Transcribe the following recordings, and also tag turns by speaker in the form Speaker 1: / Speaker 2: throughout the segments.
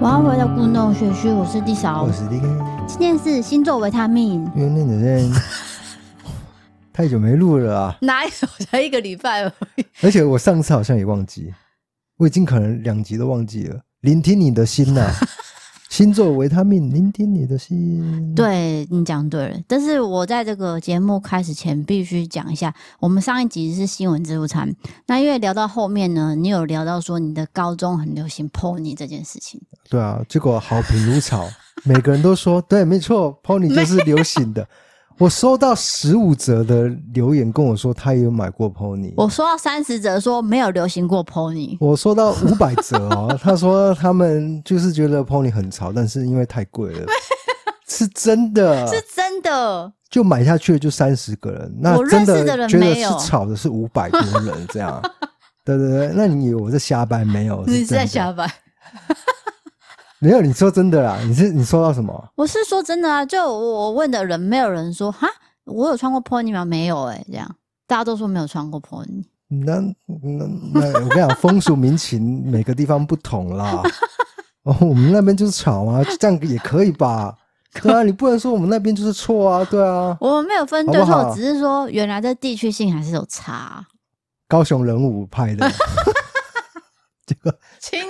Speaker 1: 我要回到故弄玄虚，我是地嫂
Speaker 2: 我。是 DK，
Speaker 1: 今天是星座维他命，
Speaker 2: 因为那的人太久没录了啊，
Speaker 1: 哪有才一个礼拜而已？
Speaker 2: 而且我上次好像也忘记，我已经可能两集都忘记了。聆听你的心 啊呐、星座维他命，聆听你的心。，
Speaker 1: 对你讲对了，但是我在这个节目开始前必须讲一下，我们上一集是新闻自助餐，那因为聊到后面呢，你有聊到说你的高中很流行 pony 这件事情，
Speaker 2: 对啊，结果好评如潮，每个人都说对，没错，Pony 就是流行的。我收到十五折的留言跟我说，他也有买过 Pony。
Speaker 1: 我说到三十则说没有流行过 pony，
Speaker 2: 我收到五百折哦， 他说他们就是觉得 Pony 很潮，但是因为太贵 了，是真的，
Speaker 1: 是真的，
Speaker 2: 就买下去就三十个人，那
Speaker 1: 我认
Speaker 2: 真
Speaker 1: 识的人
Speaker 2: 觉得
Speaker 1: 没
Speaker 2: 是
Speaker 1: 有
Speaker 2: 炒的是五百多人 这样。对对对，那你以为我在瞎掰没有？
Speaker 1: 你是
Speaker 2: 真
Speaker 1: 在
Speaker 2: 的
Speaker 1: 瞎？掰。
Speaker 2: 没有，你说真的啦，你是你说到什么？
Speaker 1: 我是说真的啊，就我我问的人，没有人说哈，我有穿过 pony 吗？没有哎、这样大家都说没有穿过 pony。
Speaker 2: 那那那，我跟你讲，风俗民情每个地方不同 啦。哦，我们那边就是炒啊，这样也可以吧？对啊，你不能说我们那边就是错啊，对啊。
Speaker 1: 我们没有分
Speaker 2: 好
Speaker 1: 对
Speaker 2: 不
Speaker 1: 错，
Speaker 2: 好
Speaker 1: 只是说原来这地区性还是有差。
Speaker 2: 高雄人武派的， 结果
Speaker 1: 青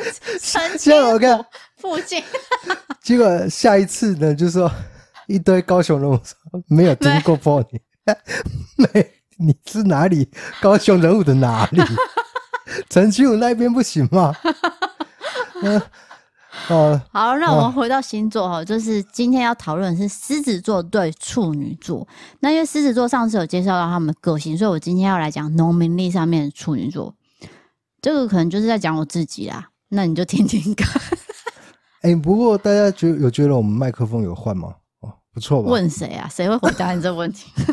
Speaker 1: 城
Speaker 2: 结果我看
Speaker 1: 附近
Speaker 2: 结果下一次呢，就说 一堆高雄人，我说没有听过 Pony，没，你是哪里高雄人物的哪里？ 陈其武那边不行吗？ 嗯哦、
Speaker 1: 好，那我们回到星座
Speaker 2: 嗯
Speaker 1: 哈，就是今天要讨论的是狮子座对处女座。那因为狮子座上次有介绍到他们的个性，所以我今天要来讲农民历上面的处女座。这个可能就是在讲我自己啦，那你就听听看。
Speaker 2: 哎、不过大家觉有觉得我们麦克风有换吗？哦，不错吧？
Speaker 1: 问谁啊？谁会回答你这问题？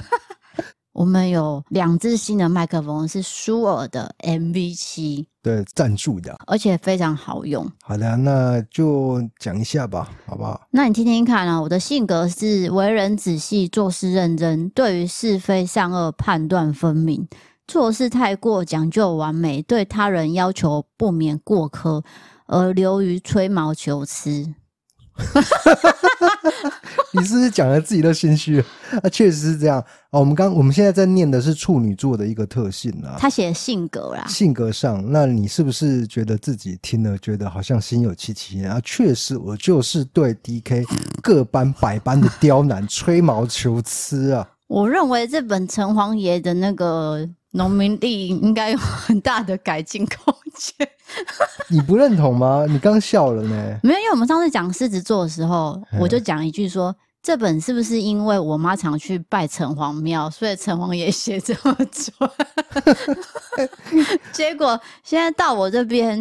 Speaker 1: 我们有两只新的麦克风，是舒尔的 MV 七，
Speaker 2: 对，赞助的。
Speaker 1: 而且非常好用。
Speaker 2: 好的，那就讲一下吧，好不好？
Speaker 1: 那你听听看啊，我的性格是为人仔细、做事认真，对于是非善恶判断分明，做事太过讲究完美，对他人要求不免过苛，而流于吹毛求疵。
Speaker 2: 你是不是讲了自己的心虚？ 啊，确实是这样。哦，我们刚我们现在在念的是处女座的一个特性啊。
Speaker 1: 他写性格啦，
Speaker 2: 性格上，那你是不是觉得自己听了觉得好像心有戚戚焉啊？确实，我就是对 DK 各般百般的刁难、吹毛求疵啊。
Speaker 1: 我认为这本城隍爷的那个农民历应该有很大的改进空间。
Speaker 2: 你不认同吗？你刚笑了呢。
Speaker 1: 没有，因为我们上次讲狮子座的时候，
Speaker 2: 嗯
Speaker 1: 我就讲一句说，这本是不是因为我妈常去拜城隍庙，所以城隍爷写这么 准？结果现在到我这边，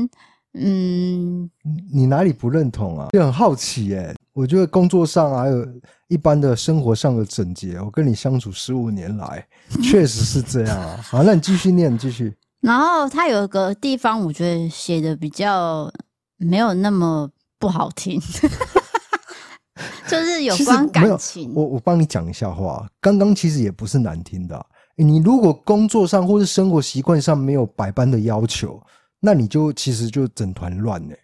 Speaker 1: 嗯，
Speaker 2: 你哪里不认同啊？就很好奇耶、我觉得工作上还有一般的生活上的整洁，我跟你相处十五年来，确实是这样啊。好，那你继续念，你继续。
Speaker 1: 然后它有一个地方，我觉得写的比较没有那么不好听， 就是有
Speaker 2: 其实
Speaker 1: 关
Speaker 2: 没有
Speaker 1: 感情。
Speaker 2: 我我帮你讲一下话，啊刚刚其实也不是难听的啊、你如果工作上或是生活习惯上没有百般的要求，那你就其实就整团乱呢、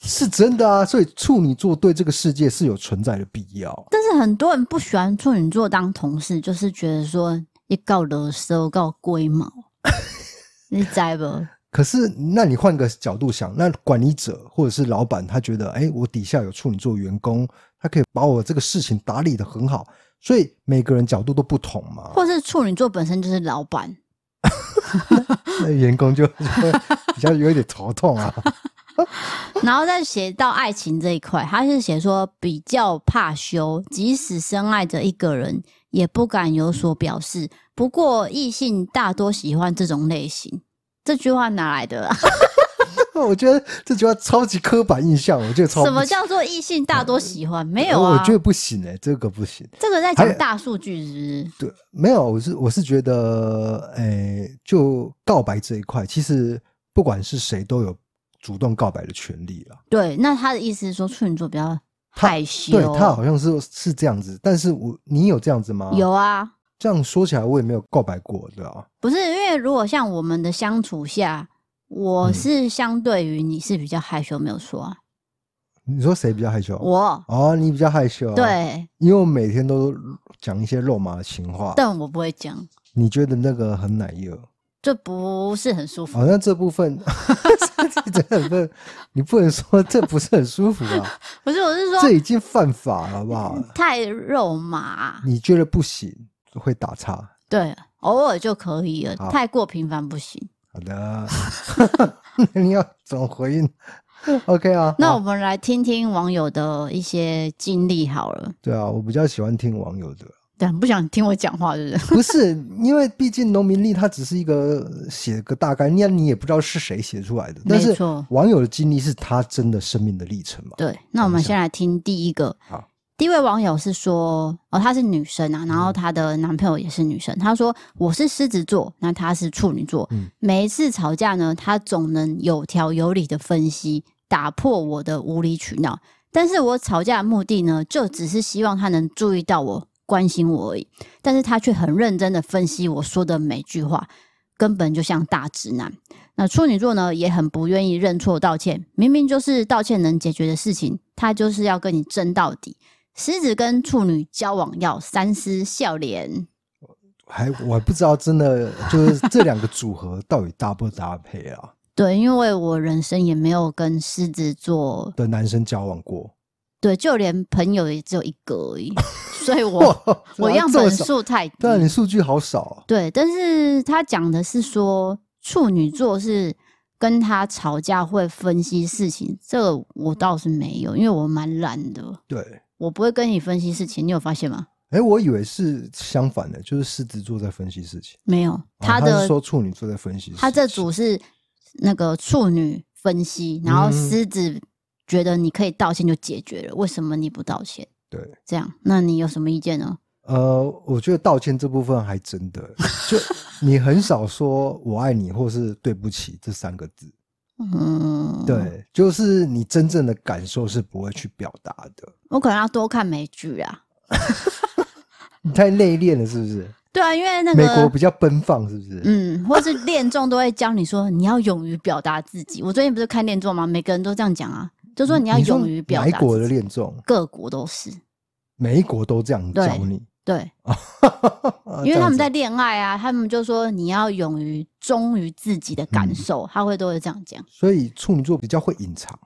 Speaker 2: 是真的啊。所以处女座对这个世界是有存在的必要。啊
Speaker 1: 但是很多人不喜欢处女座当同事，就是觉得说你搞的时候搞龟毛，你知不？
Speaker 2: 可是，那你换个角度想，那管理者或者是老板，他觉得，哎、我底下有处女座员工，他可以把我这个事情打理的很好，所以每个人角度都不同嘛。
Speaker 1: 或是处女座本身就是老板，
Speaker 2: 那员工就就会比较有一点头痛啊。
Speaker 1: 然后再写到爱情这一块，他是写说比较怕羞，即使深爱着一个人，也不敢有所表示。不过异性大多喜欢这种类型。这句话哪来的、啊？
Speaker 2: 我觉得这句话超级刻板印象，我觉得超
Speaker 1: 什么
Speaker 2: 不行
Speaker 1: 叫做异性大多喜欢？没有
Speaker 2: 我
Speaker 1: 啊
Speaker 2: 觉，得不行哎、这个不行。
Speaker 1: 这个在
Speaker 2: 还
Speaker 1: 讲
Speaker 2: 有
Speaker 1: 大数据是不是？
Speaker 2: 对，没有，我是我是觉得，诶、就告白这一块，其实不管是谁都有主动告白的权利啦。
Speaker 1: 对，那他的意思是说处女座比较害羞。
Speaker 2: 对他好像是是这样子，但是我你有这样子吗？
Speaker 1: 有，啊，
Speaker 2: 这样说起来我也没有告白过，对吧？
Speaker 1: 不是因为如果像我们的相处下，我
Speaker 2: 嗯
Speaker 1: 是相对于你是比较害羞，没有说、啊、
Speaker 2: 你说谁比较害羞？
Speaker 1: 我
Speaker 2: 哦，你比较害羞、，
Speaker 1: 对，
Speaker 2: 因为我每天都讲一些肉麻的情话，
Speaker 1: 但我不会讲，
Speaker 2: 你觉得那个很奶油？
Speaker 1: 就不是很舒服。
Speaker 2: 好、哦、像这部分 真的很不能，你不能说这不是很舒 服啊，
Speaker 1: 不是，我是
Speaker 2: 这
Speaker 1: 说
Speaker 2: 已经犯法了，好不好？
Speaker 1: 太肉麻，
Speaker 2: 你觉得不行会打岔。
Speaker 1: 对，偶尔就可以了，
Speaker 2: 好
Speaker 1: 太过频繁不行。
Speaker 2: 好的， 那你要怎么回应？OK 啊，
Speaker 1: 那我
Speaker 2: 好
Speaker 1: 们来听听网友的一些经历好了。
Speaker 2: 对啊，我比较喜欢听网友的，
Speaker 1: 对，不想听我讲话，是不是？
Speaker 2: 不是因为毕竟农民历它只是一个写个大概念，你也不知道是谁写出来的，但
Speaker 1: 没
Speaker 2: 是
Speaker 1: 错
Speaker 2: 网友的经历是他真的生命的历程嘛？
Speaker 1: 对，那我们先来听第一个。
Speaker 2: 好嗯
Speaker 1: 第一位网友是说，哦，她是女生啊，然后她的男朋友也是女生。她说我是狮子座，那她是处女座。
Speaker 2: 嗯
Speaker 1: 每一次吵架呢，她总能有条有理的分析，打破我的无理取闹。但是我吵架的目的呢，就只是希望他能注意到我、关心我而已。但是他却很认真的分析我说的每句话，根本就像大直男。那处女座呢，也很不愿意认错道歉，明明就是道歉能解决的事情，他就是要跟你争到底。狮子跟处女交往要三思笑脸，
Speaker 2: 还我还不知道真的就是这两个组合到底搭不搭配啊？
Speaker 1: 对，因为我人生也没有跟狮子座，
Speaker 2: 的男生交往过，
Speaker 1: 对，就连朋友也只有一个而 已，所以我我样
Speaker 2: 这么
Speaker 1: 本
Speaker 2: 少，
Speaker 1: 数嗯太低。
Speaker 2: 但你数据好少哦、
Speaker 1: 对，但是他讲的是说处女座是跟他吵架会分析事情，这个我倒是没有，因为我蛮懒的，
Speaker 2: 对。
Speaker 1: 我不会跟你分析事情，你有发现吗？
Speaker 2: 哎、我以为是相反的，就是狮子座在分析事情，
Speaker 1: 没有，
Speaker 2: 哦
Speaker 1: 他
Speaker 2: 他
Speaker 1: 的、
Speaker 2: 是说处女座在分析事情，
Speaker 1: 他这组是那个处女分析，然后
Speaker 2: 嗯
Speaker 1: 狮子觉得你可以道歉就解决了，为什么你不道歉？
Speaker 2: 对，
Speaker 1: 这样，那你有什么意见呢？
Speaker 2: 呃，我觉得道歉这部分还真的， 就你很少说“我爱你”或是“对不起”这三个字，
Speaker 1: 嗯，
Speaker 2: 对，就是你真正的感受是不会去表达的，
Speaker 1: 我可能要多看美剧啊。
Speaker 2: 你太内敛了，是不是？
Speaker 1: 对啊，因为那个
Speaker 2: 美国比较奔放，是不是？
Speaker 1: 嗯，或是恋综都会教你说你要勇于表达自己。我最近不是看恋综吗？每个人都这样讲啊，就说你要
Speaker 2: 嗯你说
Speaker 1: 勇于表
Speaker 2: 哪一
Speaker 1: 达
Speaker 2: 国
Speaker 1: 自
Speaker 2: 的
Speaker 1: 己。
Speaker 2: 恋综，
Speaker 1: 各国都是
Speaker 2: 每一国都这样教
Speaker 1: 对
Speaker 2: 你，
Speaker 1: 对，
Speaker 2: 啊
Speaker 1: 因为他们。
Speaker 2: 这
Speaker 1: 在
Speaker 2: 样子
Speaker 1: 恋爱啊，他们就说你要勇于忠于自己的
Speaker 2: 嗯
Speaker 1: 感受，他会都会这样讲。
Speaker 2: 所以处女座比较会隐藏，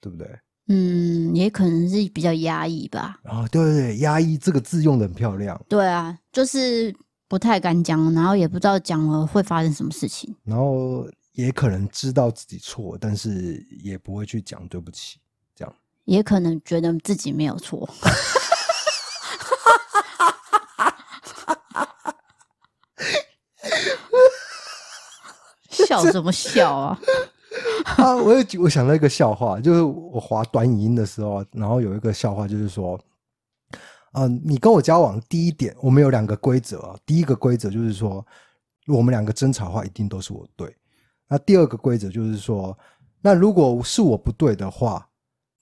Speaker 2: 对不对？
Speaker 1: 嗯，也可能是比较压抑吧。
Speaker 2: 啊、对对对，压抑这个字用的很漂亮，
Speaker 1: 对啊，就是不太敢讲，然后也不知道讲了会发生什么事情。
Speaker 2: 然后也可能知道自己错，但是也不会去讲对不起，这样。
Speaker 1: 也可能觉得自己没有错。 笑什么笑啊？
Speaker 2: 啊，我有我想到一个笑话，就是我滑短影音的时候，然后有一个笑话就是说，嗯、你跟我交往第一点，我们有两个规则啊，第一个规则就是说，我们两个争吵的话，一定都是我对。那第二个规则就是说，那如果是我不对的话，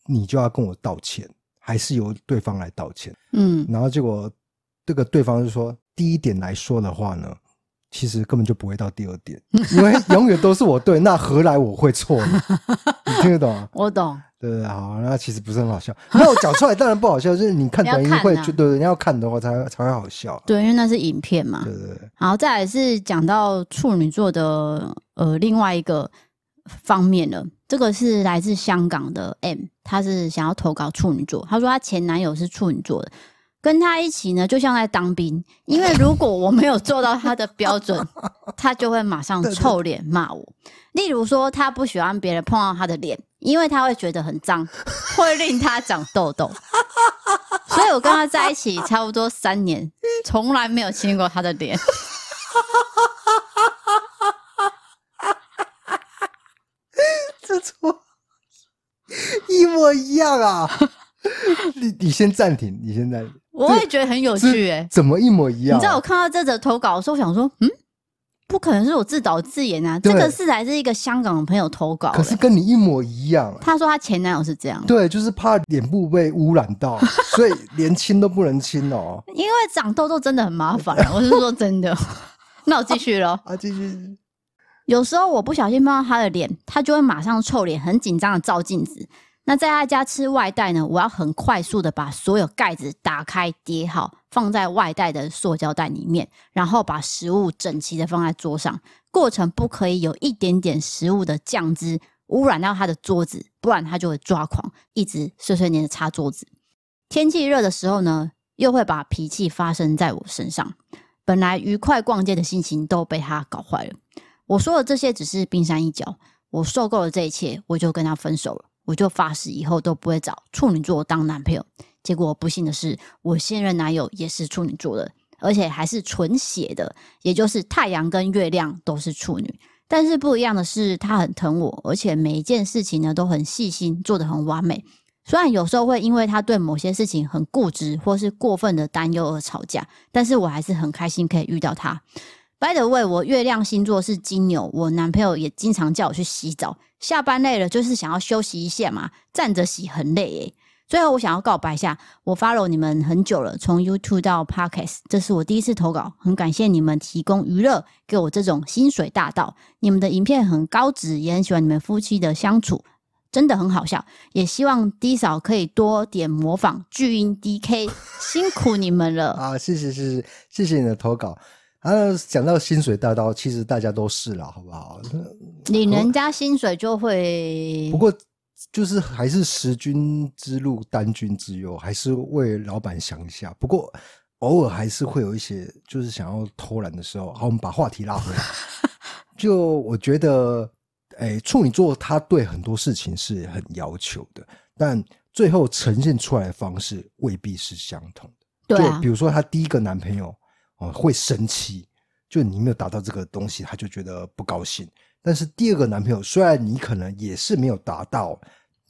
Speaker 2: 你就要跟我道歉，还是由对方来道歉。
Speaker 1: 嗯，
Speaker 2: 然后结果这个对方就说，第一点来说的话呢，其实根本就不会到第二点，因为永远都是我对，那何来我会错 呢？你听得懂啊？
Speaker 1: 我懂。
Speaker 2: 对对，对好，那其实不是很好笑。那我讲出来当然不好笑，就是你看短音
Speaker 1: 要看
Speaker 2: 会
Speaker 1: 啊
Speaker 2: 就对对，你要看的话才才会好 笑。
Speaker 1: 对，因为那是影片嘛
Speaker 2: 对。对对，
Speaker 1: 然后再来是讲到处女座的呃另外一个方面了，这个是来自香港的 M，她是想要投稿处女座，她说她前男友是处女座的，跟她一起呢就像在当兵，因为如果我没有做到他的标准，他就会马上臭脸骂我。例如说他不喜欢别人碰到他的脸，因为他会觉得很脏，会令他长痘痘。所以我跟他在一起差不多三年，从来没有亲过他的脸。
Speaker 2: 这错一模一 样啊！你你先暂停，你先暂停。
Speaker 1: 我也觉得很有
Speaker 2: 这
Speaker 1: 趣哎、
Speaker 2: 怎么一模一样
Speaker 1: 你
Speaker 2: 啊？
Speaker 1: 知道我看到这则投稿的时候，我想说，嗯，不可能是我自导自演啊！这
Speaker 2: 对
Speaker 1: 个是来自一个香港的朋友投稿的、
Speaker 2: 可是跟你一模一样、啊。
Speaker 1: 他说他前男友是这样，
Speaker 2: 对，就是怕脸部被污染到，所以连亲都不能亲哦。
Speaker 1: 因为长痘痘真的很麻烦啊、我是说真的。 那我继续喽。
Speaker 2: 啊，继续。
Speaker 1: 有时候我不小心碰到他的脸，他就会马上臭脸，很紧张的照镜子。那在他家吃外带呢，我要很快速的把所有盖子打开叠好，放在外带的塑胶袋里面，然后把食物整齐的放在桌上。过程不可以有一点点食物的酱汁污染到他的桌子，不然他就会抓狂，一直碎碎念的擦桌子。天气热的时候呢，又会把脾气发生在我身上。本来愉快逛街的心情都被他搞坏了。我说的这些只是冰山一角，我受够了这一切，我就跟他分手了。我就发誓以后都不会找处女座当男朋友。结果不幸的是，我现任男友也是处女座的，而且还是纯血的，也就是太阳跟月亮都是处女。但是不一样的是，他很疼我，而且每一件事情呢都很细心，做得很完美。虽然有时候会因为他对某些事情很固执，或是过分的担忧而吵架，但是我还是很开心可以遇到他。By the way，我月亮星座是金牛，我男朋友也经常叫我去洗澡。下班累了，就是想要休息一下嘛，站着洗很累诶、最后，我想要告白一下，我 follow 你们很久了，从 YouTube 到 Podcast，这是我第一次投稿，很感谢你们提供娱乐给我这种薪水大盗。你们的影片很高质，也很喜欢你们夫妻的相处，真的很好笑。也希望 D 嫂可以多点模仿巨婴 DK，辛苦你们 了。
Speaker 2: 啊，谢谢谢谢谢谢你的投稿。啊，讲到薪水大刀，其实大家都是啦，好不好？
Speaker 1: 领人家薪水就会
Speaker 2: 哦不过就是还是食君之禄，担君之忧，还是为老板想一下。不过偶尔还是会有一些就是想要偷懒的时候。好，我们把话题拉回来。就我觉得，哎、处女座他对很多事情是很要求的，但最后呈现出来的方式未必是相同的。
Speaker 1: 对
Speaker 2: 就
Speaker 1: 啊
Speaker 2: 比，如说她第一个男朋友哦、会生气，就你没有达到这个东西，她就觉得不高兴。但是第二个男朋友虽然你可能也是没有达到，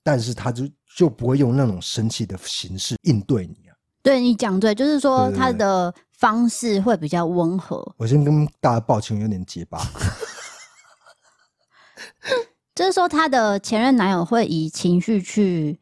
Speaker 2: 但是他就就不会用那种生气的形式应对你啊。
Speaker 1: 对你讲对，就是说
Speaker 2: 对对
Speaker 1: 他
Speaker 2: 对
Speaker 1: 的方式会比较温和，
Speaker 2: 我先跟大家抱歉，我有点结巴。
Speaker 1: 就是说他的前任男友会以情绪去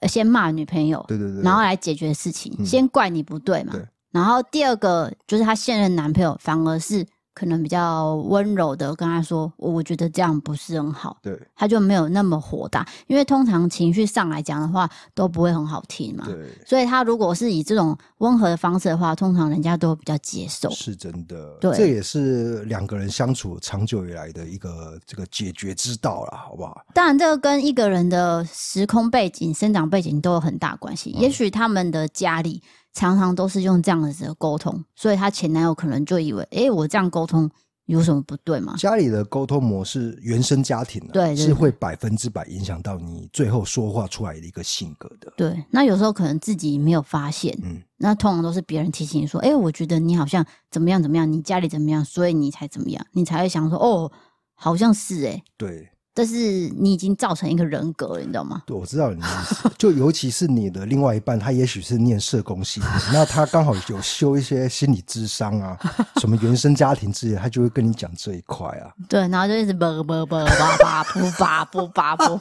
Speaker 1: 呃先骂女朋友，
Speaker 2: 对对对，
Speaker 1: 然后来解决事情，
Speaker 2: 嗯
Speaker 1: 先怪你不对嘛
Speaker 2: 对。
Speaker 1: 然后第二个就是她现任男朋友，反而是可能比较温柔的跟她说，我我觉得这样不是很好，
Speaker 2: 对
Speaker 1: 她就没有那么火大，因为通常情绪上来讲的话都不会很好听嘛。
Speaker 2: 对
Speaker 1: 所以他如果是以这种温和的方式的话，通常人家都会比较接受。
Speaker 2: 是真的，
Speaker 1: 对
Speaker 2: 这也是两个人相处长久以来的一个这个解决之道啦，好不好？
Speaker 1: 当然，这个跟一个人的时空背景、生长背景都有很大关系。也许他们的家里常常都是用这样子的沟通，所以她前男友可能就以为，诶、我这样沟通有什么不对吗？
Speaker 2: 家里的沟通模式，原生家庭、啊、
Speaker 1: 对对
Speaker 2: 是会百分之百影响到你最后说话出来的一个性格的。
Speaker 1: 对，那有时候可能自己没有发现，
Speaker 2: 嗯，
Speaker 1: 那通常都是别人提醒你说，诶、我觉得你好像怎么样怎么样，你家里怎么样，所以你才怎么样，你才会想说，哦，好像是诶、
Speaker 2: 对，
Speaker 1: 但是你已经造成一个人格了，你知道吗？
Speaker 2: 对我知道你的意思。 就尤其是你的另外一半，他也许是念社 工系的，那他刚好有修一些心理智商啊，什么原生家庭之类的，他就会跟你讲这一块啊。
Speaker 1: 对，然后就一直啵啵啵叭叭不叭不叭不，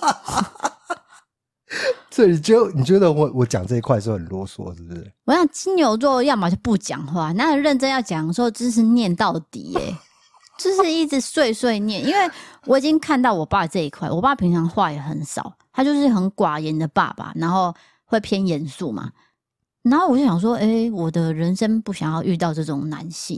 Speaker 2: 这你就你觉得我我讲这一块的时候很啰嗦，是不是？
Speaker 1: 我想金牛座要么就不讲话，那认真要讲的时候，真是念到底耶、就是一直碎碎念。因为我已经看到我爸这一块，我爸平常话也很少，他就是很寡言的爸爸，然后会偏严肃嘛。然后我就想说，诶、我的人生不想要遇到这种男性。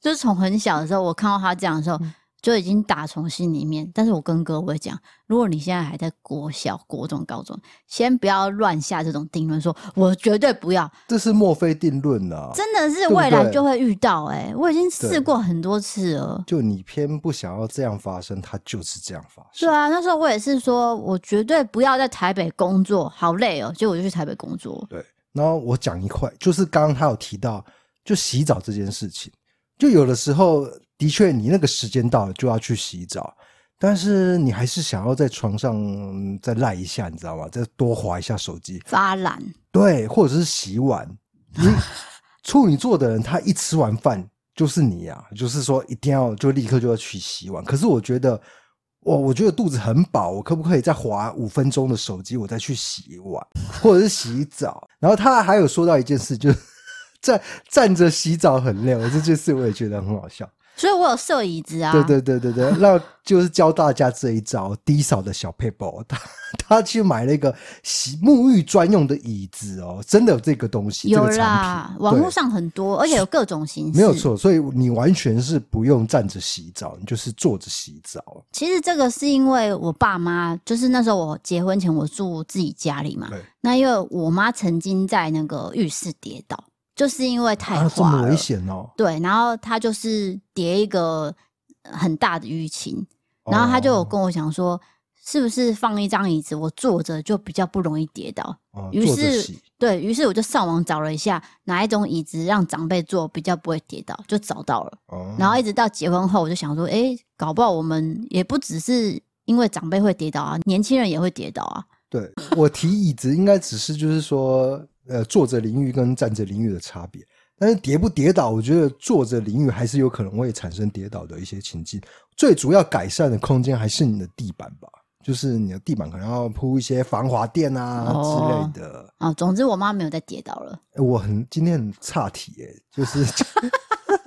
Speaker 1: 就是从很小的时候，我看到他这样的时候，就已经打从心里面。但是我跟各位讲，如果你现在还在国小、国中、高中，先不要乱下这种定论，说我绝对不要，
Speaker 2: 这是墨菲定论啊。
Speaker 1: 真的是
Speaker 2: 对不
Speaker 1: 未来
Speaker 2: 对
Speaker 1: 就会遇到、欸。哎，我已经
Speaker 2: 对
Speaker 1: 试过很多次了。
Speaker 2: 就你偏不想要这样发生，它就是这样发
Speaker 1: 对
Speaker 2: 生。
Speaker 1: 啊，那时候我也是说，我绝对不要在台北工作，好累哦。结果我就去台北工作，
Speaker 2: 对，然后我讲一块，就是刚刚他有提到，就洗澡这件事情，就有的时候的确你那个时间到了就要去洗澡，但是你还是想要在床上嗯再赖一下，你知道吗？再多划一下手机，
Speaker 1: 发懒。
Speaker 2: 对，或者是洗碗。你处女座的人，他一吃完饭就是你啊，就是说一定要就立刻就要去洗碗。可是我觉得，我我觉得肚子很饱，我可不可以再划五分钟的手机，我再去洗碗，或者是洗澡？然后他还有说到一件事，就是 站站着洗澡很累，我这件事我也觉得很好笑。
Speaker 1: 所以我有设椅子啊。
Speaker 2: 对对对对对，那就是教大家这一招低扫的小配包，他 他去买了一个洗沐浴专用的椅子哦，真的有这个东西，这
Speaker 1: 有
Speaker 2: 个产
Speaker 1: 啦
Speaker 2: 品，，
Speaker 1: 网络
Speaker 2: 对
Speaker 1: 上很多，而且有各种形式。
Speaker 2: 没有。错，所以你完全是不用站着洗澡，你就是坐着洗澡，
Speaker 1: 其实这个是因为我爸妈，就是那时候我结婚前我住自己家里嘛
Speaker 2: 对，
Speaker 1: 那因为我妈曾经在那个浴室跌倒，就是因为太
Speaker 2: 啊，这
Speaker 1: 滑
Speaker 2: 么
Speaker 1: 了，
Speaker 2: 危险哦。
Speaker 1: 对，然后她就是叠一个呃很大的淤青，然后她
Speaker 2: 哦
Speaker 1: 就有跟我讲说，是不是放一张椅子，我坐着就比较不容易跌倒。
Speaker 2: 哦，
Speaker 1: 于
Speaker 2: 坐着
Speaker 1: 是
Speaker 2: 洗，
Speaker 1: 对于是我就上网找了一下哪一种椅子让长辈坐比较不会跌倒，就找到了。
Speaker 2: 哦
Speaker 1: 然后一直到结婚后，我就想说，诶，搞不好我们也不只是因为长辈会跌倒啊，年轻人也会跌倒啊。
Speaker 2: 对我提椅子，应该只是就是说，呃，坐着淋浴跟站着淋浴的差别。但是跌不跌倒，我觉得坐着淋浴还是有可能会产生跌倒的一些情境。最主要改善的空间还是你的地板吧，就是你的地板可能要铺一些防滑垫啊
Speaker 1: 哦
Speaker 2: 之类的。
Speaker 1: 啊，总之我妈没有再跌倒了。
Speaker 2: 欸我很今天很岔题耶、就是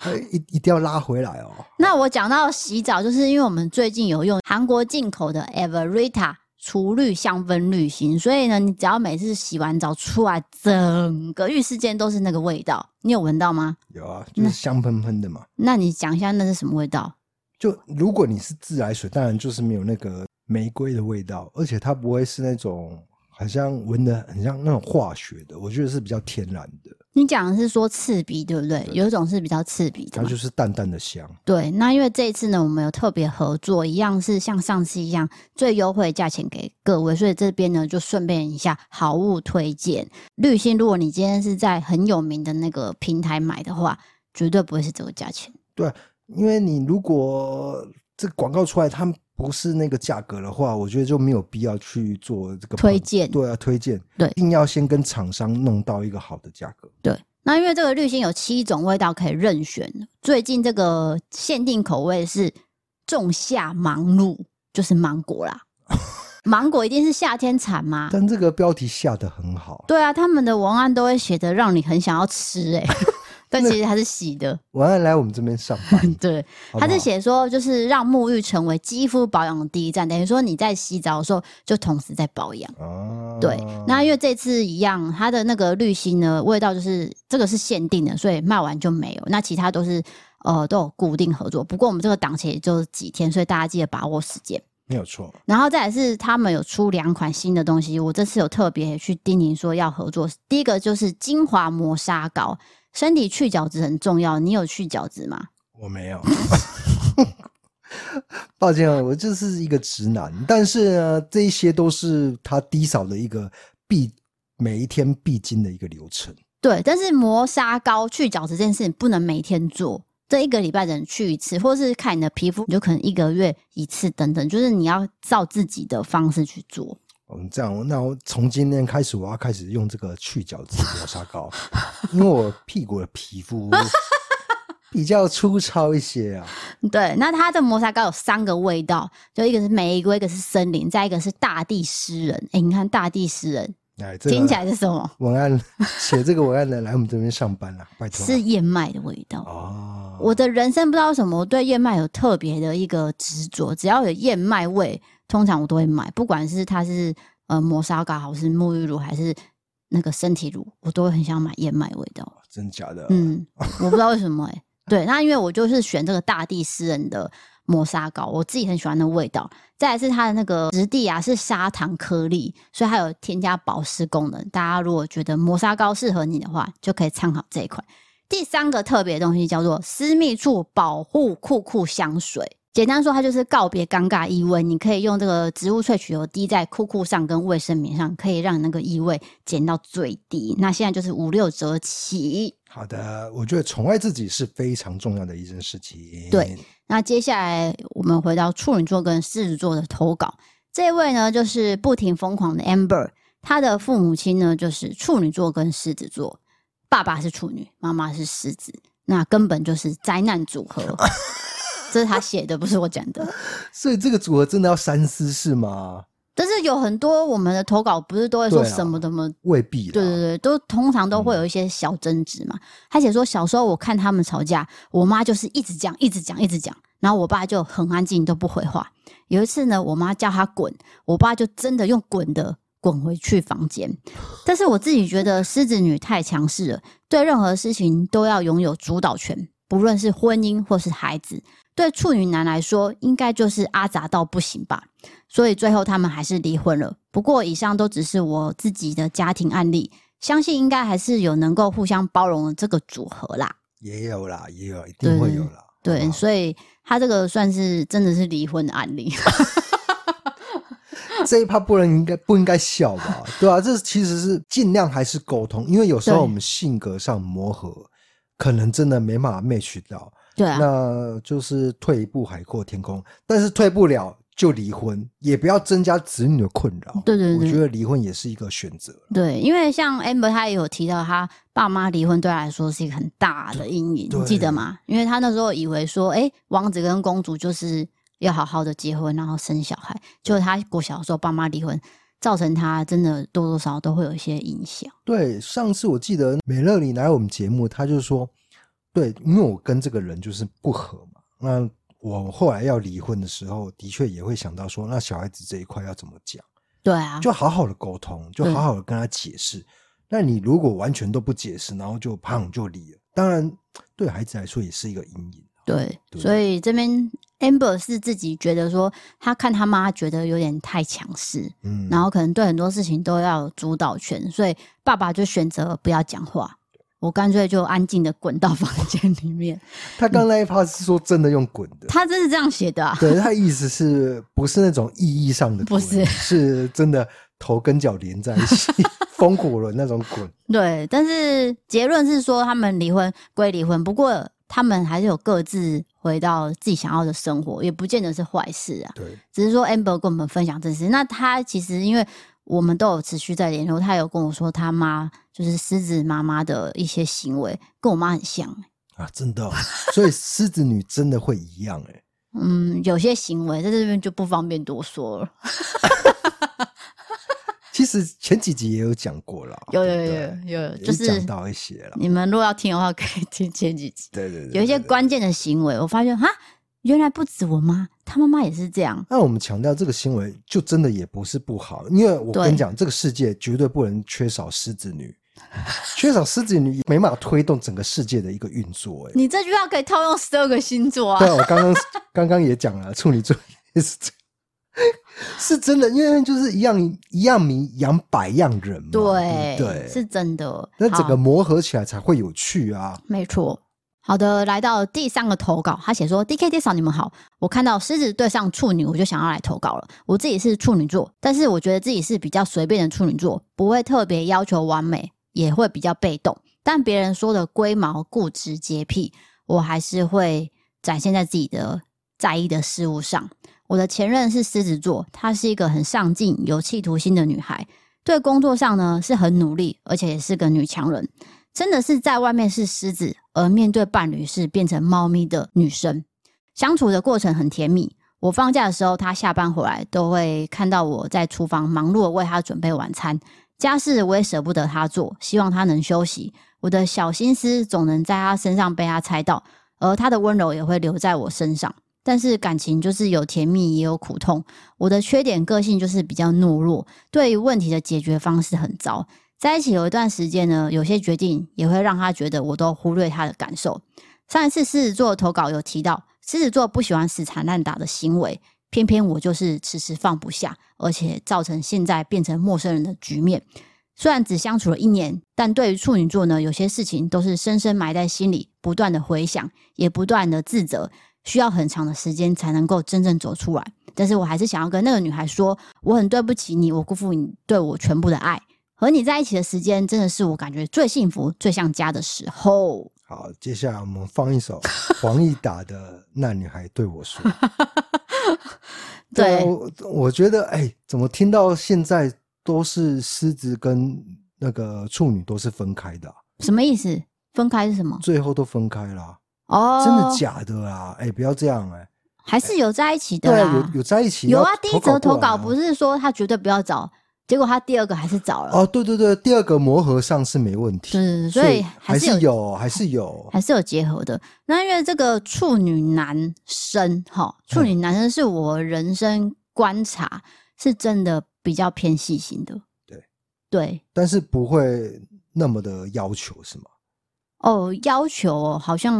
Speaker 2: 哎一一定要拉回来哦。
Speaker 1: 那我讲到洗澡，就是因为我们最近有用韩国进口的 Everita 除氯香氛滤芯，所以呢，你只要每次洗完澡出来，整个浴室间都是那个味道，你有闻到吗？
Speaker 2: 有啊，就是香喷喷的嘛。
Speaker 1: 那你讲一下那是什么味道？
Speaker 2: 就如果你是自来水，当然就是没有那个玫瑰的味道，而且它不会是那种好像闻的很像那种化学的，我觉得是比较天然的，
Speaker 1: 你讲的是说刺鼻，对不对？有一种是比较刺鼻的
Speaker 2: 它
Speaker 1: 嘛，
Speaker 2: 就是淡淡的香。
Speaker 1: 对。那因为这一次呢，我们有特别合作，一样是像上次一样最优惠价钱给各位，所以这边呢就顺便一下好物推荐。滤芯，如果你今天是在很有名的那个平台买的话，绝对不会是这个价钱。
Speaker 2: 因为你如果这个广告出来，它不是那个价格的话，我觉得就没有必要去做这个
Speaker 1: 推
Speaker 2: 捧
Speaker 1: 荐
Speaker 2: 对啊，推荐，
Speaker 1: 对
Speaker 2: 一定要先跟厂商弄到一个好的价格。
Speaker 1: 对，那因为这个滤芯有七种味道可以任选，最近这个限定口味是仲夏芒露，就是芒果啦。芒果一定是夏天产嘛？
Speaker 2: 但这个标题下的很好，
Speaker 1: 对啊，他们的文案都会写的让你很想要吃 哎、但其实它是洗的，
Speaker 2: 晚安来我们这边上班，
Speaker 1: 对，
Speaker 2: 好不好
Speaker 1: 它是写说就是让沐浴成为肌肤保养的第一站，等于说你在洗澡的时候就同时在保养。
Speaker 2: 啊，
Speaker 1: 对，那因为这次一样，它的那个滤芯呢，味道就是这个是限定的，所以卖完就没有。那其他都是呃都有固定合作，不过我们这个档期也就几天，所以大家记得把握时间。
Speaker 2: 没有错，
Speaker 1: 然后再来是他们有出两款新的东西，我这次有特别去叮咛说要合作。第一个就是精华磨砂膏，身体去角质很重要，你有去角质吗？
Speaker 2: 我没有。 抱歉啊，我就是一个直男，但是呢，这一些都是他低扫的一个必每一天必经的一个流程。
Speaker 1: 对，但是磨砂膏去角质这件事情不能每天做，这一个礼拜只能去一次，或是看你的皮肤，你就可能一个月一次等等，就是你要照自己的方式去做。
Speaker 2: 嗯，这样，那我从今天开始，我要开始用这个去角质磨砂膏，因为我屁股的皮肤比较粗糙一些啊。
Speaker 1: 对，那它的磨砂膏有三个味道，就一个是玫瑰，一个是森林，再一个是大地诗人。哎，你看大地诗人
Speaker 2: 哎，这个
Speaker 1: 听起来是什么？
Speaker 2: 文案写这个文案的来我们这边上班啦、啊拜托啦。
Speaker 1: 是燕麦的味道。
Speaker 2: 哦，
Speaker 1: 我的人生不知道为什么，我对燕麦有特别的一个执着，只要有燕麦味，通常我都会买，不管是它是呃磨砂膏，还是沐浴乳，还是那个身体乳，我都会很想买燕麦味道。
Speaker 2: 真假的，
Speaker 1: 嗯嗯，我不知道为什么哎、对，那因为我就是选这个大地诗人的磨砂膏，我自己很喜欢的味道。再来是它的那个质地啊，是砂糖颗粒，所以它有添加保湿功能。大家如果觉得磨砂膏适合你的话，就可以参考这一款。第三个特别的东西叫做私密处保护酷酷香水。简单说，它就是告别尴尬异味。你可以用这个植物萃取油滴在裤裤上跟卫生棉上，可以让那个异味减到最低。那现在就是五六折起。
Speaker 2: 好的，我觉得宠爱自己是非常重要的一件事情。
Speaker 1: 对，那接下来我们回到处女座跟狮子座的投稿，这位呢就是不停疯狂的 Amber，她的父母亲呢就是处女座跟狮子座，爸爸是处女，妈妈是狮子，那根本就是灾难组合。 这是他写的，不是我讲的。
Speaker 2: 所以这个组合真的要三思是吗？
Speaker 1: 但是有很多我们的投稿不是都会说
Speaker 2: 对啊
Speaker 1: 什么什么
Speaker 2: 未必啦。
Speaker 1: 对对对，都通常都会有一些小争执嘛。他写说，小时候我看他们吵架，我妈就是一直讲，一直讲，一直讲，然后我爸就很安静，都不回话。有一次呢，我妈叫他滚，我爸就真的用滚的滚回去房间。但是我自己觉得狮子女太强势了，对任何事情都要拥有主导权，不论是婚姻或是孩子。对处女男来说，应该就是阿杂到不行吧。所以最后他们还是离婚了。不过以上都只是我自己的家庭案例，相信应该还是有能够互相包容的这个组合啦。
Speaker 2: 也有啦，也有，一定会有啦。好
Speaker 1: 对，
Speaker 2: 嗯不好
Speaker 1: 所以他这个算是真的是离婚的案例。
Speaker 2: 这一趴不能应该不应该笑吧？对啊，这其实是尽量还是沟通，因为有时候
Speaker 1: 对
Speaker 2: 我们性格上磨合，可能真的没办法 match 到，
Speaker 1: 对啊，
Speaker 2: 那就是退一步海阔天空。但是退不了就离婚，也不要增加子女的困扰。
Speaker 1: 对对对
Speaker 2: 我觉得离婚也是一个选择。
Speaker 1: 对，因为像 Amber 他也有提到，他爸妈离婚对他来说是一个很大的阴影，
Speaker 2: 对
Speaker 1: 你记得吗？因为他那时候以为说，哎，王子跟公主就是要好好的结婚，然后生小孩，结果他过小的时候爸妈离婚，造成他真的多多少少都会有一些影响。
Speaker 2: 对，上次我记得美乐里来我们节目，他就说，对，因为我跟这个人就是不合嘛。那我后来要离婚的时候，的确也会想到说，那小孩子这一块要怎么讲。
Speaker 1: 对啊，
Speaker 2: 就好好的沟通，就好好的跟他解释。那你如果完全都不解释，然后就砰就离了，当然对孩子来说也是一个阴影。啊
Speaker 1: 对，
Speaker 2: 对
Speaker 1: 所以这边 Amber 是自己觉得说，她看她妈觉得有点太强势，
Speaker 2: 嗯，
Speaker 1: 然后可能对很多事情都要有主导权，所以爸爸就选择不要讲话，我干脆就安静的滚到房间里面。
Speaker 2: 他刚那一趴是说真的用滚的，
Speaker 1: 他真是这样写的、 啊，
Speaker 2: 对他意思是不是那种意义上的
Speaker 1: 不
Speaker 2: 滚？
Speaker 1: 是
Speaker 2: 是真的头跟脚连在一 起，风火轮那种滚。
Speaker 1: 对，但是结论是说他们离婚归离婚，不过他们还是有各自回到自己想要的生活，也不见得是坏事啊。
Speaker 2: 对，
Speaker 1: 只是说 Amber 跟我们分享这事，那他其实因为我们都有持续在联络，他有跟我说他妈就是狮子妈妈的一些行为跟我妈很像，
Speaker 2: 啊，真的哦、 所以狮子女真的会一样哎、
Speaker 1: 嗯，有些行为在这边就不方便多说
Speaker 2: 哦
Speaker 1: 了。
Speaker 2: 其实前几集也有讲过了，
Speaker 1: 有有
Speaker 2: 对
Speaker 1: 有
Speaker 2: 不对
Speaker 1: 有有，
Speaker 2: 也
Speaker 1: 就是
Speaker 2: 讲到一些了。
Speaker 1: 你们如果要听的话，可以听前几集，
Speaker 2: 对对对
Speaker 1: 有一些
Speaker 2: 对对
Speaker 1: 关键的行为，我发现哈，原来不止我妈，她妈妈也是这样，
Speaker 2: 那我们强调这个行为，就真的也不是不好，因为我
Speaker 1: 对
Speaker 2: 跟你讲，这个世界绝对不能缺少狮子女，缺少狮子女也没办法推动整个世界的一个运作、欸。
Speaker 1: 你这句话可以套用十二个星座
Speaker 2: 对
Speaker 1: 啊，
Speaker 2: 啊，我刚刚刚刚也讲了，处女座也是这样，是真的，因为就是一样一样米养百样人嘛，对不对，
Speaker 1: 是真的。
Speaker 2: 那整
Speaker 1: 好
Speaker 2: 个磨合起来才会有趣啊。
Speaker 1: 没错。好的，来到第三个投稿，他写说：“D K D 嫂，你们好，我看到狮子对上处女，我就想要来投稿了。我自己是处女座，但是我觉得自己是比较随便的处女座，不会特别要求完美，也会比较被动。但别人说的龟毛、固执、洁癖，我还是会展现在自己的在意的事物上。我的前任是狮子座，她是一个很上进、有企图心的女孩，对工作上呢是很努力，而且也是个女强人。真的是在外面是狮子，而面对伴侣是变成猫咪的女生。相处的过程很甜蜜。我放假的时候，她下班回来都会看到我在厨房忙碌的为她准备晚餐，家事我也舍不得她做，希望她能休息。我的小心思总能在她身上被她猜到，而她的温柔也会留在我身上。但是感情就是有甜蜜也有苦痛。我的缺点个性就是比较懦弱，对于问题的解决方式很糟，在一起有一段时间呢，有些决定也会让他觉得我都忽略他的感受。上一次狮子座的投稿有提到，狮子座不喜欢死缠烂打的行为，偏偏我就是迟迟放不下，而且造成现在变成陌生人的局面。虽然只相处了一年，但对于处女座呢，有些事情都是深深埋在心里，不断的回想，也不断的自责，需要很长的时间才能够真正走出来。但是我还是想要跟那个女孩说，我很对不起你，我辜负你对我全部的爱。和你在一起的时间，真的是我感觉最幸福、最像家的时候。
Speaker 2: 好，接下来我们放 一首黄义达的《那女孩对我说》。
Speaker 1: 对，
Speaker 2: 我我觉得，哎、怎么听到现在都是狮子跟那个处女都是分开的啊、
Speaker 1: 什么意思？分开是什么？
Speaker 2: 最后都分开啦、
Speaker 1: 哦，
Speaker 2: 真的？假的啊？哎、不要这样哎、
Speaker 1: 还是有在一起的
Speaker 2: 对啊，
Speaker 1: 啦
Speaker 2: 有？有在一起
Speaker 1: 有
Speaker 2: 要
Speaker 1: 啊，第一则投
Speaker 2: 过来啊
Speaker 1: 稿不是说他绝对不要找，结果他第二个还是找了。
Speaker 2: 哦，对对对，第二个磨合上是没问题，
Speaker 1: 是，所
Speaker 2: 所
Speaker 1: 以还
Speaker 2: 还
Speaker 1: 是有
Speaker 2: 是有，还是有
Speaker 1: 还，是有结合的。那因为这个处女男生哈，
Speaker 2: 嗯
Speaker 1: 处女男生是我人生观察是真的比较偏细心的。
Speaker 2: 对
Speaker 1: 对
Speaker 2: 但是不会那么的要求是吗？
Speaker 1: 哦，要求哦好像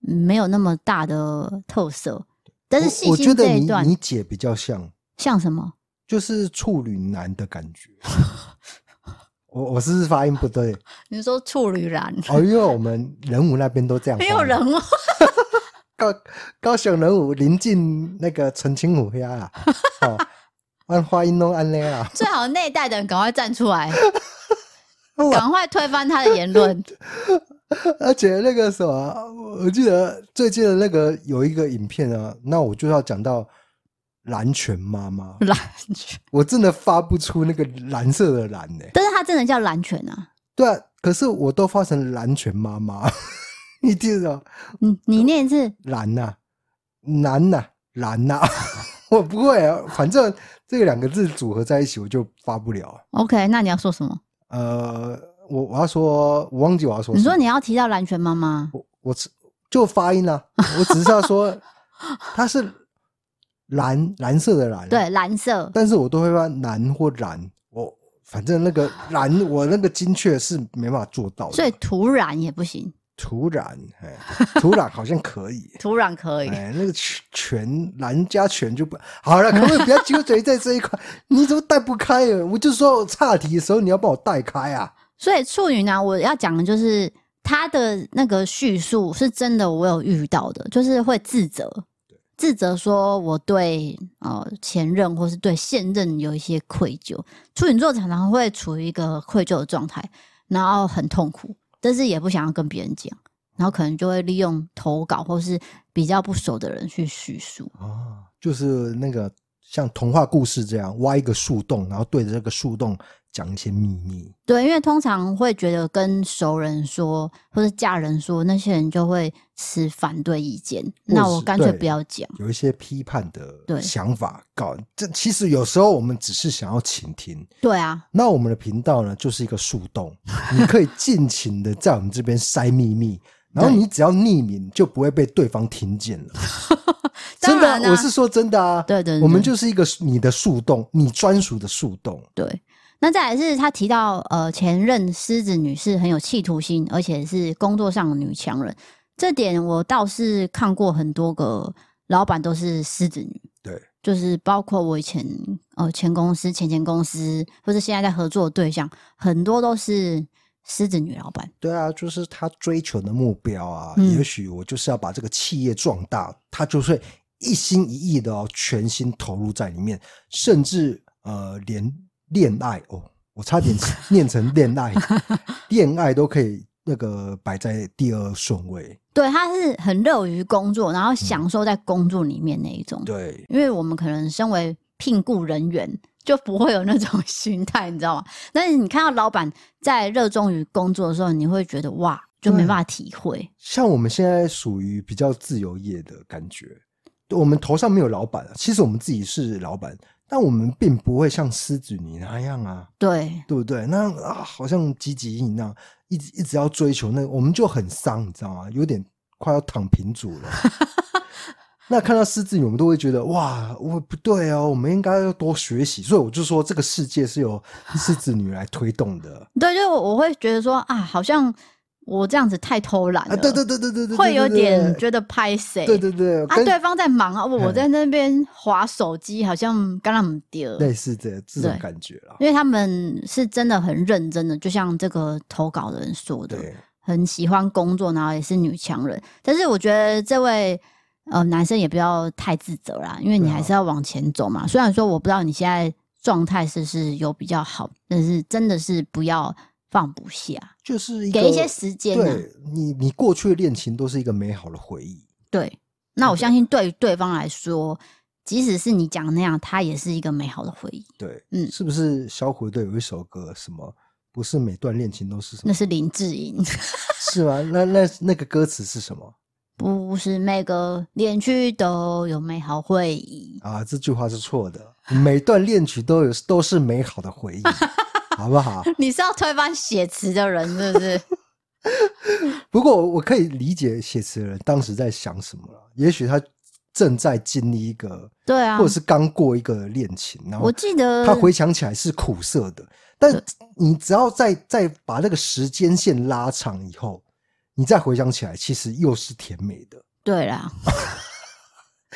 Speaker 1: 没有那么大的特色，但是
Speaker 2: 我
Speaker 1: 细
Speaker 2: 我觉
Speaker 1: 心
Speaker 2: 得
Speaker 1: 这一
Speaker 2: 你
Speaker 1: 段
Speaker 2: 你姐比较像，
Speaker 1: 像什么？
Speaker 2: 就是处女男的感 觉。我我是不是发音不对？
Speaker 1: 你说处女男？
Speaker 2: 哦，因为我们人武那边都这样发
Speaker 1: 没
Speaker 2: 音。
Speaker 1: 有人哦，
Speaker 2: 高高雄人武临近那个澄清湖遐啦， 哦，按发音弄按那啊。
Speaker 1: 最好那一代的人赶快站出 来
Speaker 2: 我，
Speaker 1: 赶快推翻他的言 论。
Speaker 2: 而且那个什么，我记得最近的那个有一个影片啊，那我就要讲到蓝犬妈妈，
Speaker 1: 蓝，
Speaker 2: 我真的发不出那个蓝色的蓝呢、
Speaker 1: 但是他真的叫蓝犬啊。
Speaker 2: 对啊，可是我都发成蓝犬妈妈， 你记得吗
Speaker 1: 你你念一次，
Speaker 2: 蓝呐、蓝呐、蓝呐、 我不会啊，反正这两个字组合在一起我就发不了。
Speaker 1: OK，那你要说什么？
Speaker 2: 呃，我我要说，我忘记我要说什么。
Speaker 1: 你说你要提到蓝泉妈妈，
Speaker 2: 我我只就发音啊，我只是要 说它是蓝蓝色的蓝，啊
Speaker 1: 对，，蓝色，
Speaker 2: 但是我都会发蓝或蓝，我反正 那个蓝，我那个精确是没办法做到的。
Speaker 1: 所以土壤也不行，。
Speaker 2: 土壤，哎，土壤好像可以
Speaker 1: 土壤可以。
Speaker 2: 哎，那个拳拳蓝加拳就不好了，可不可以不要纠结在这一块？ 你怎么带不开啊？我就说我岔题的时候你要帮我带开啊！
Speaker 1: 所以处女男，我要讲的就是他的那个叙述是真的，我有遇到的，就是会自责，自责说我对呃前任或是对现任有一些愧疚。处女座常常会处于一个愧疚的状态，然后很痛苦，但是也不想要跟别人讲，然后可能就会利用投稿或是比较不熟的人去叙述。
Speaker 2: 啊，就是那个像童话故事这样挖一个树洞，然后对着这个树洞讲一些秘密。
Speaker 1: 对，因为通常会觉得跟熟人说或者嫁人说，那些人就会持反对意见，
Speaker 2: 或
Speaker 1: 那我
Speaker 2: 是
Speaker 1: 干脆
Speaker 2: 对
Speaker 1: 不要讲。
Speaker 2: 有一些批判
Speaker 1: 对
Speaker 2: 的想法，搞这其实有时候我们只是想要倾听。
Speaker 1: 对啊，
Speaker 2: 那我们的频道呢，就是一个树 洞，你可以尽情的在我们这边塞秘密，然后
Speaker 1: 对
Speaker 2: 你只要匿名，就不会被对方听见了。真
Speaker 1: 当
Speaker 2: 的啊、
Speaker 1: 然啊
Speaker 2: 我是说真的啊。
Speaker 1: 对对对
Speaker 2: 我们
Speaker 1: 对
Speaker 2: 就是一个你的树洞，你专属的树洞。
Speaker 1: 对。那再来是他提到，呃，前任狮子女是很有企图心，而且是工作上的女强人，这点我倒是看过很多个老板都是狮子女。
Speaker 2: 对，
Speaker 1: 就是包括我以前呃前公司、前前公司，或者现在在合作的对象，很多都是狮子女老板。
Speaker 2: 对啊，就是他追求的目标啊，
Speaker 1: 嗯
Speaker 2: 也许我就是要把这个企业壮大，他就会一心一意的、哦、全心投入在里面，甚至呃，连恋爱哦，我差点念成恋爱，恋爱都可以那个摆在第二顺位。
Speaker 1: 对，他是很乐于工作，
Speaker 2: 嗯
Speaker 1: 然后享受在工作里面那一种。
Speaker 2: 对，
Speaker 1: 因为我们可能身为聘雇人员，就不会有那种 心态，你知道吗？但是你看到老板在热衷于工作的时候，你会觉得哇，就没
Speaker 2: 对
Speaker 1: 办法体会。
Speaker 2: 像我们现在属于比较自由业的感觉，我们头上没有老板，啊其实我们自己是老板，但我们并不会像狮子女那样啊。
Speaker 1: 对，
Speaker 2: 对不对？那啊，好像积极一样，一直一直要追求那个，我们就很伤，你知道吗？有点快要躺平主 了。那看到狮子女，我们都会觉得哇，我不对哦，我们应该要多学习。所以我就说，这个世界是由狮子女来推动的。
Speaker 1: 对，就我我会觉得说啊，好像我这样子太偷懒了、
Speaker 2: 啊，对对对对对对，
Speaker 1: 会有
Speaker 2: 对
Speaker 1: 点觉得拍谁。
Speaker 2: 对对对，
Speaker 1: 啊，
Speaker 2: 跟
Speaker 1: 对方在忙啊，我我
Speaker 2: 嗯
Speaker 1: 在那边划手机，好像刚刚丢。
Speaker 2: 类似这这种
Speaker 1: 对
Speaker 2: 感觉啦。
Speaker 1: 因为他们是真的很认真的，就像这个投稿的人说的，
Speaker 2: 对，
Speaker 1: 很喜欢工作，然后也是女强人。但是我觉得这位呃男生也不要太自责啦，因为你
Speaker 2: 对啊
Speaker 1: 还是要往前走嘛。虽然说我不知道你现在状态是不是有比较好，但是真的是不要放不下，
Speaker 2: 就是一
Speaker 1: 给一
Speaker 2: 个
Speaker 1: 些时间啊。
Speaker 2: 对你，你过去的恋情都是一个美好的回忆。
Speaker 1: 对，那我相信对于对方来说，即使是你讲的那样，他也是一个美好的回忆。
Speaker 2: 对，
Speaker 1: 嗯
Speaker 2: 是不是小虎队有一首歌什么？不是每段恋情都是什
Speaker 1: 那
Speaker 2: 么？
Speaker 1: 是林志颖。
Speaker 2: 是吗？那那那个歌词是什么
Speaker 1: 不是每个恋曲都有美好回忆。
Speaker 2: 啊？这句话是错的。每段恋曲都有都是美好的回忆，好不好？
Speaker 1: 你是要推翻写词的人是不是？
Speaker 2: 不过我我可以理解写词的人当时在想什么了。也许他正在经历一个，
Speaker 1: 对啊
Speaker 2: 或者是刚过一个恋情，然后
Speaker 1: 我记得
Speaker 2: 他回想起来是苦涩的。但
Speaker 1: 对
Speaker 2: 你只要再再把那个时间线拉长以后，你再回想起来，其实又是甜美的。
Speaker 1: 对 啦，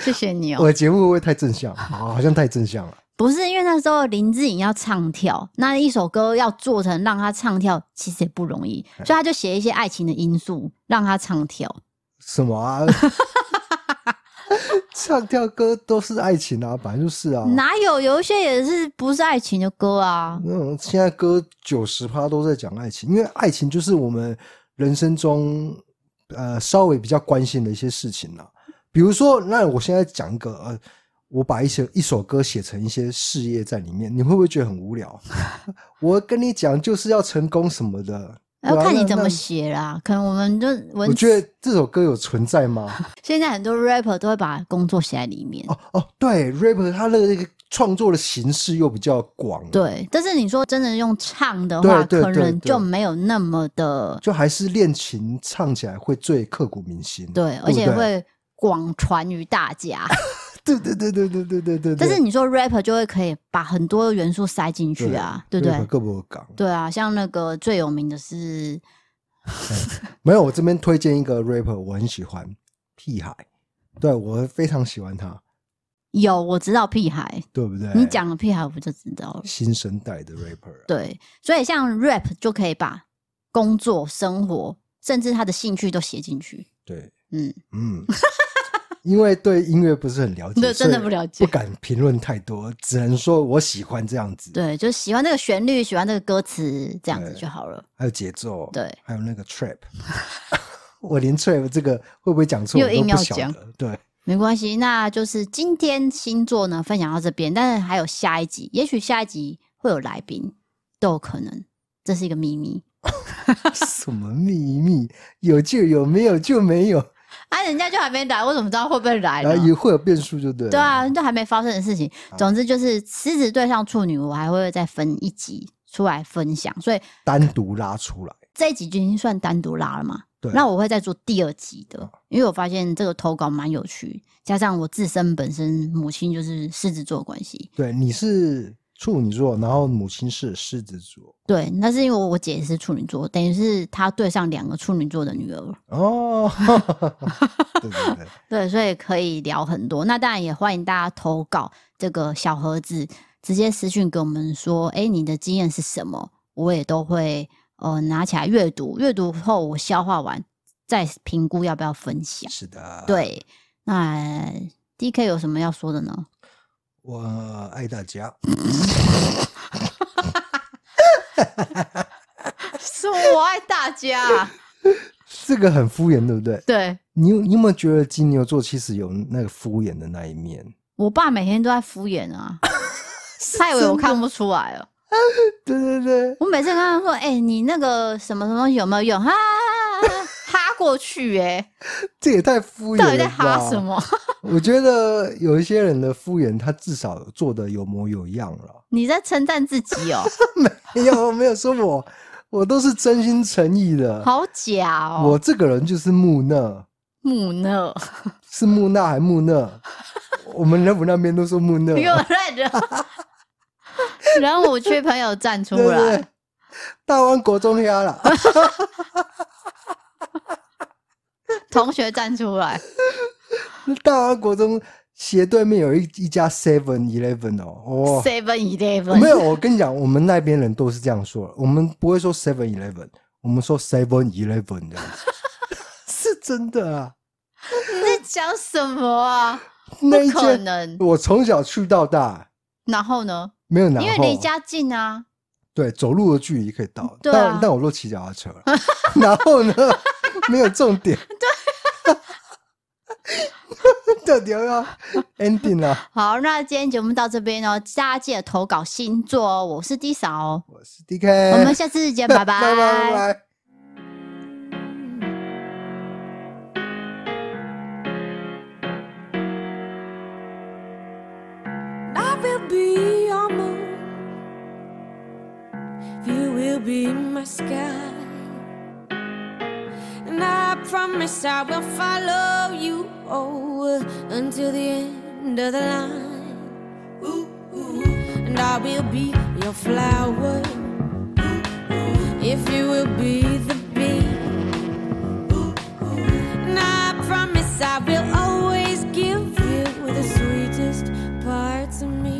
Speaker 1: 谢谢你哦、
Speaker 2: 我的节目会不会太正向？哦好，好像太正向了。
Speaker 1: 不是因为那时候林志颖要唱跳，那一首歌要做成让他唱跳，其实也不容易，
Speaker 2: 嗯
Speaker 1: 所以他就写一些爱情的因素让他唱跳。
Speaker 2: 什么啊？ 唱跳歌都是爱情啊，本来就是啊。
Speaker 1: 哪有有一些也是不是爱情的歌啊？
Speaker 2: 嗯，现在歌九十趴都在讲爱情，因为爱情就是我们人生中呃稍微比较关心的一些事情啦。比如说，那我现在讲一个呃，我把一些一首歌写成一些事业在里面，你会不会觉得很无 聊？我跟你讲，就是要成功什么的。
Speaker 1: 要
Speaker 2: 对啊
Speaker 1: 看你
Speaker 2: 那
Speaker 1: 怎么
Speaker 2: 那
Speaker 1: 写啦。可能我们就文
Speaker 2: 我觉得这首歌有存在吗？
Speaker 1: 现在很多 rapper 都会把工作写在里面。
Speaker 2: 哦哦，对，rapper 他的那个创作的形式又比较广，，
Speaker 1: 对，但是你说真的用唱的话，
Speaker 2: 对对
Speaker 1: 可能
Speaker 2: 对对
Speaker 1: 就没有那么的
Speaker 2: 就还是恋情唱起来会最刻骨铭心。
Speaker 1: 对，
Speaker 2: 不
Speaker 1: 而且
Speaker 2: 对
Speaker 1: 会广传于大家。
Speaker 2: 对对对对对对对 对。
Speaker 1: 但是你说 rapper 就会可以把很多元素塞进去啊，对不对？
Speaker 2: 各不港
Speaker 1: 对啊，像那个最有名的是
Speaker 2: 没有，我这边推荐一个 rapper，我很喜欢屁孩，对我非常喜欢他，
Speaker 1: 有我知道屁孩，
Speaker 2: 对不对？
Speaker 1: 你讲了屁孩我就知道了。
Speaker 2: 新生代的 rapper，啊
Speaker 1: 对，所以像 rap 就可以把工作、生活，甚至他的兴趣都写进去。
Speaker 2: 对，
Speaker 1: 嗯，
Speaker 2: 嗯， 因为对音乐不是很了解，
Speaker 1: 对真的
Speaker 2: 所以
Speaker 1: 不了解
Speaker 2: 不敢评论太多，只能说我喜欢这样子，，
Speaker 1: 对，就喜欢这个旋律，喜欢这个歌词，这样子
Speaker 2: 对
Speaker 1: 就好了。
Speaker 2: 还有节奏，
Speaker 1: 对，
Speaker 2: 还有那个 trap，我连 trap 这个会不会讲错我
Speaker 1: 又
Speaker 2: 都
Speaker 1: 硬
Speaker 2: 不
Speaker 1: 要
Speaker 2: 晓
Speaker 1: 讲
Speaker 2: 得，对，
Speaker 1: 没关系，那就是今天星座呢分享到这边，但是还有下一集，也许下一集会有来宾，都有可能，这是一个秘密。
Speaker 2: 什么秘密，有就有，没有就没有，
Speaker 1: 啊，人家就还没来，我怎么知道会不会来呢
Speaker 2: 然？后也会有变数，就对了，
Speaker 1: 对啊，都还没发生的事情。总之就是狮子对上处女，我还会再分一集出来分享，所以
Speaker 2: 单独拉出来。
Speaker 1: 这一集就已经算单独拉了嘛。
Speaker 2: 对，
Speaker 1: 那我会再做第二集的，因为我发现这个投稿蛮有趣，加上我自身本身母亲就是狮子座的关系，
Speaker 2: 对你是处女座，然后母亲是狮子座
Speaker 1: 对，那是因为我姐是处女座，等于是她对上两个处女座的女儿，
Speaker 2: 哦， 对对对，
Speaker 1: 对，所以可以聊很多。那当然也欢迎大家投稿这个小盒子，直接私讯给我们说，哎，你的经验是什么？我也都会呃拿起来阅读，阅读后我消化完再评估要不要分享。
Speaker 2: 是的，，
Speaker 1: 对，那 D K 有什么要说的呢？
Speaker 2: 我爱大家，
Speaker 1: 是我爱大家，啊
Speaker 2: 这个很敷衍，对不对？
Speaker 1: 对
Speaker 2: 你有你有没有觉得金牛座其实有那个敷衍的那一面？
Speaker 1: 我爸每天都在敷衍 啊，他以为我看不出来哦了。
Speaker 2: 对对对，
Speaker 1: 我每次跟他说：“哎、你那个什么什么东西有没有用？”哈哈哈哈哈过去、欸，
Speaker 2: 这也太敷衍了
Speaker 1: 到底在哈
Speaker 2: 吧
Speaker 1: 什？么？
Speaker 2: 我觉得有一些人的敷衍，他至少做的有模有样了。
Speaker 1: 你在称赞自己哦、
Speaker 2: 没有没有说我，我都是真心诚意的。
Speaker 1: 好假哦、
Speaker 2: 我这个人就是木讷。
Speaker 1: 木讷，
Speaker 2: 是木讷还木讷？我们人府那边都说木 讷，
Speaker 1: 你给我认着。然后我缺朋友站出
Speaker 2: 对不对
Speaker 1: 来，？
Speaker 2: 大湾国中鸭啦，
Speaker 1: 同学站出来，
Speaker 2: 大安国中斜对面有一一家 Seven Eleven 哦，哦，
Speaker 1: Seven
Speaker 2: 没
Speaker 1: Eleven，
Speaker 2: 有，我跟你讲，我们那边人都是这样说，我们不会说 Seven Eleven，我们说 Seven Eleven 这样子， 是真的啊。
Speaker 1: 你在讲什么啊？
Speaker 2: 那一
Speaker 1: 不可
Speaker 2: 间
Speaker 1: 能。
Speaker 2: 我从小去到大，
Speaker 1: 然后呢？
Speaker 2: 没有拿
Speaker 1: 因为
Speaker 2: 后
Speaker 1: 离家近啊，
Speaker 2: 对走路的距离可以到，
Speaker 1: 对啊
Speaker 2: 但但我都骑脚踏车了 然后呢， 没有重 点，
Speaker 1: 啊
Speaker 2: 对， 到底要不要 ending 啊？
Speaker 1: 好，那今天节目到这边哦，大家记得投稿星座哦。我是 D 嫂哦，
Speaker 2: 我是 DK，
Speaker 1: 我们下次见，拜
Speaker 2: 拜拜拜。
Speaker 3: I will be your moon. You will be my sky. And I promise I will follow you over until the end of the line. Ooh, ooh. And I will be your flower. If you will be the bee. And I promise I will always give you the sweetest parts of me.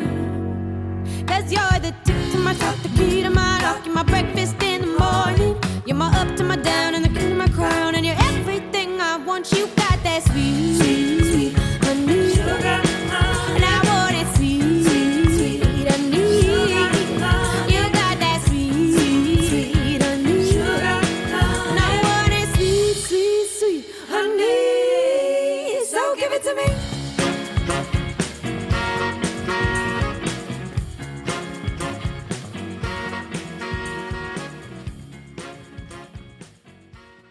Speaker 3: Cause you're the tip to my top, the key to my lock, you're my breakfast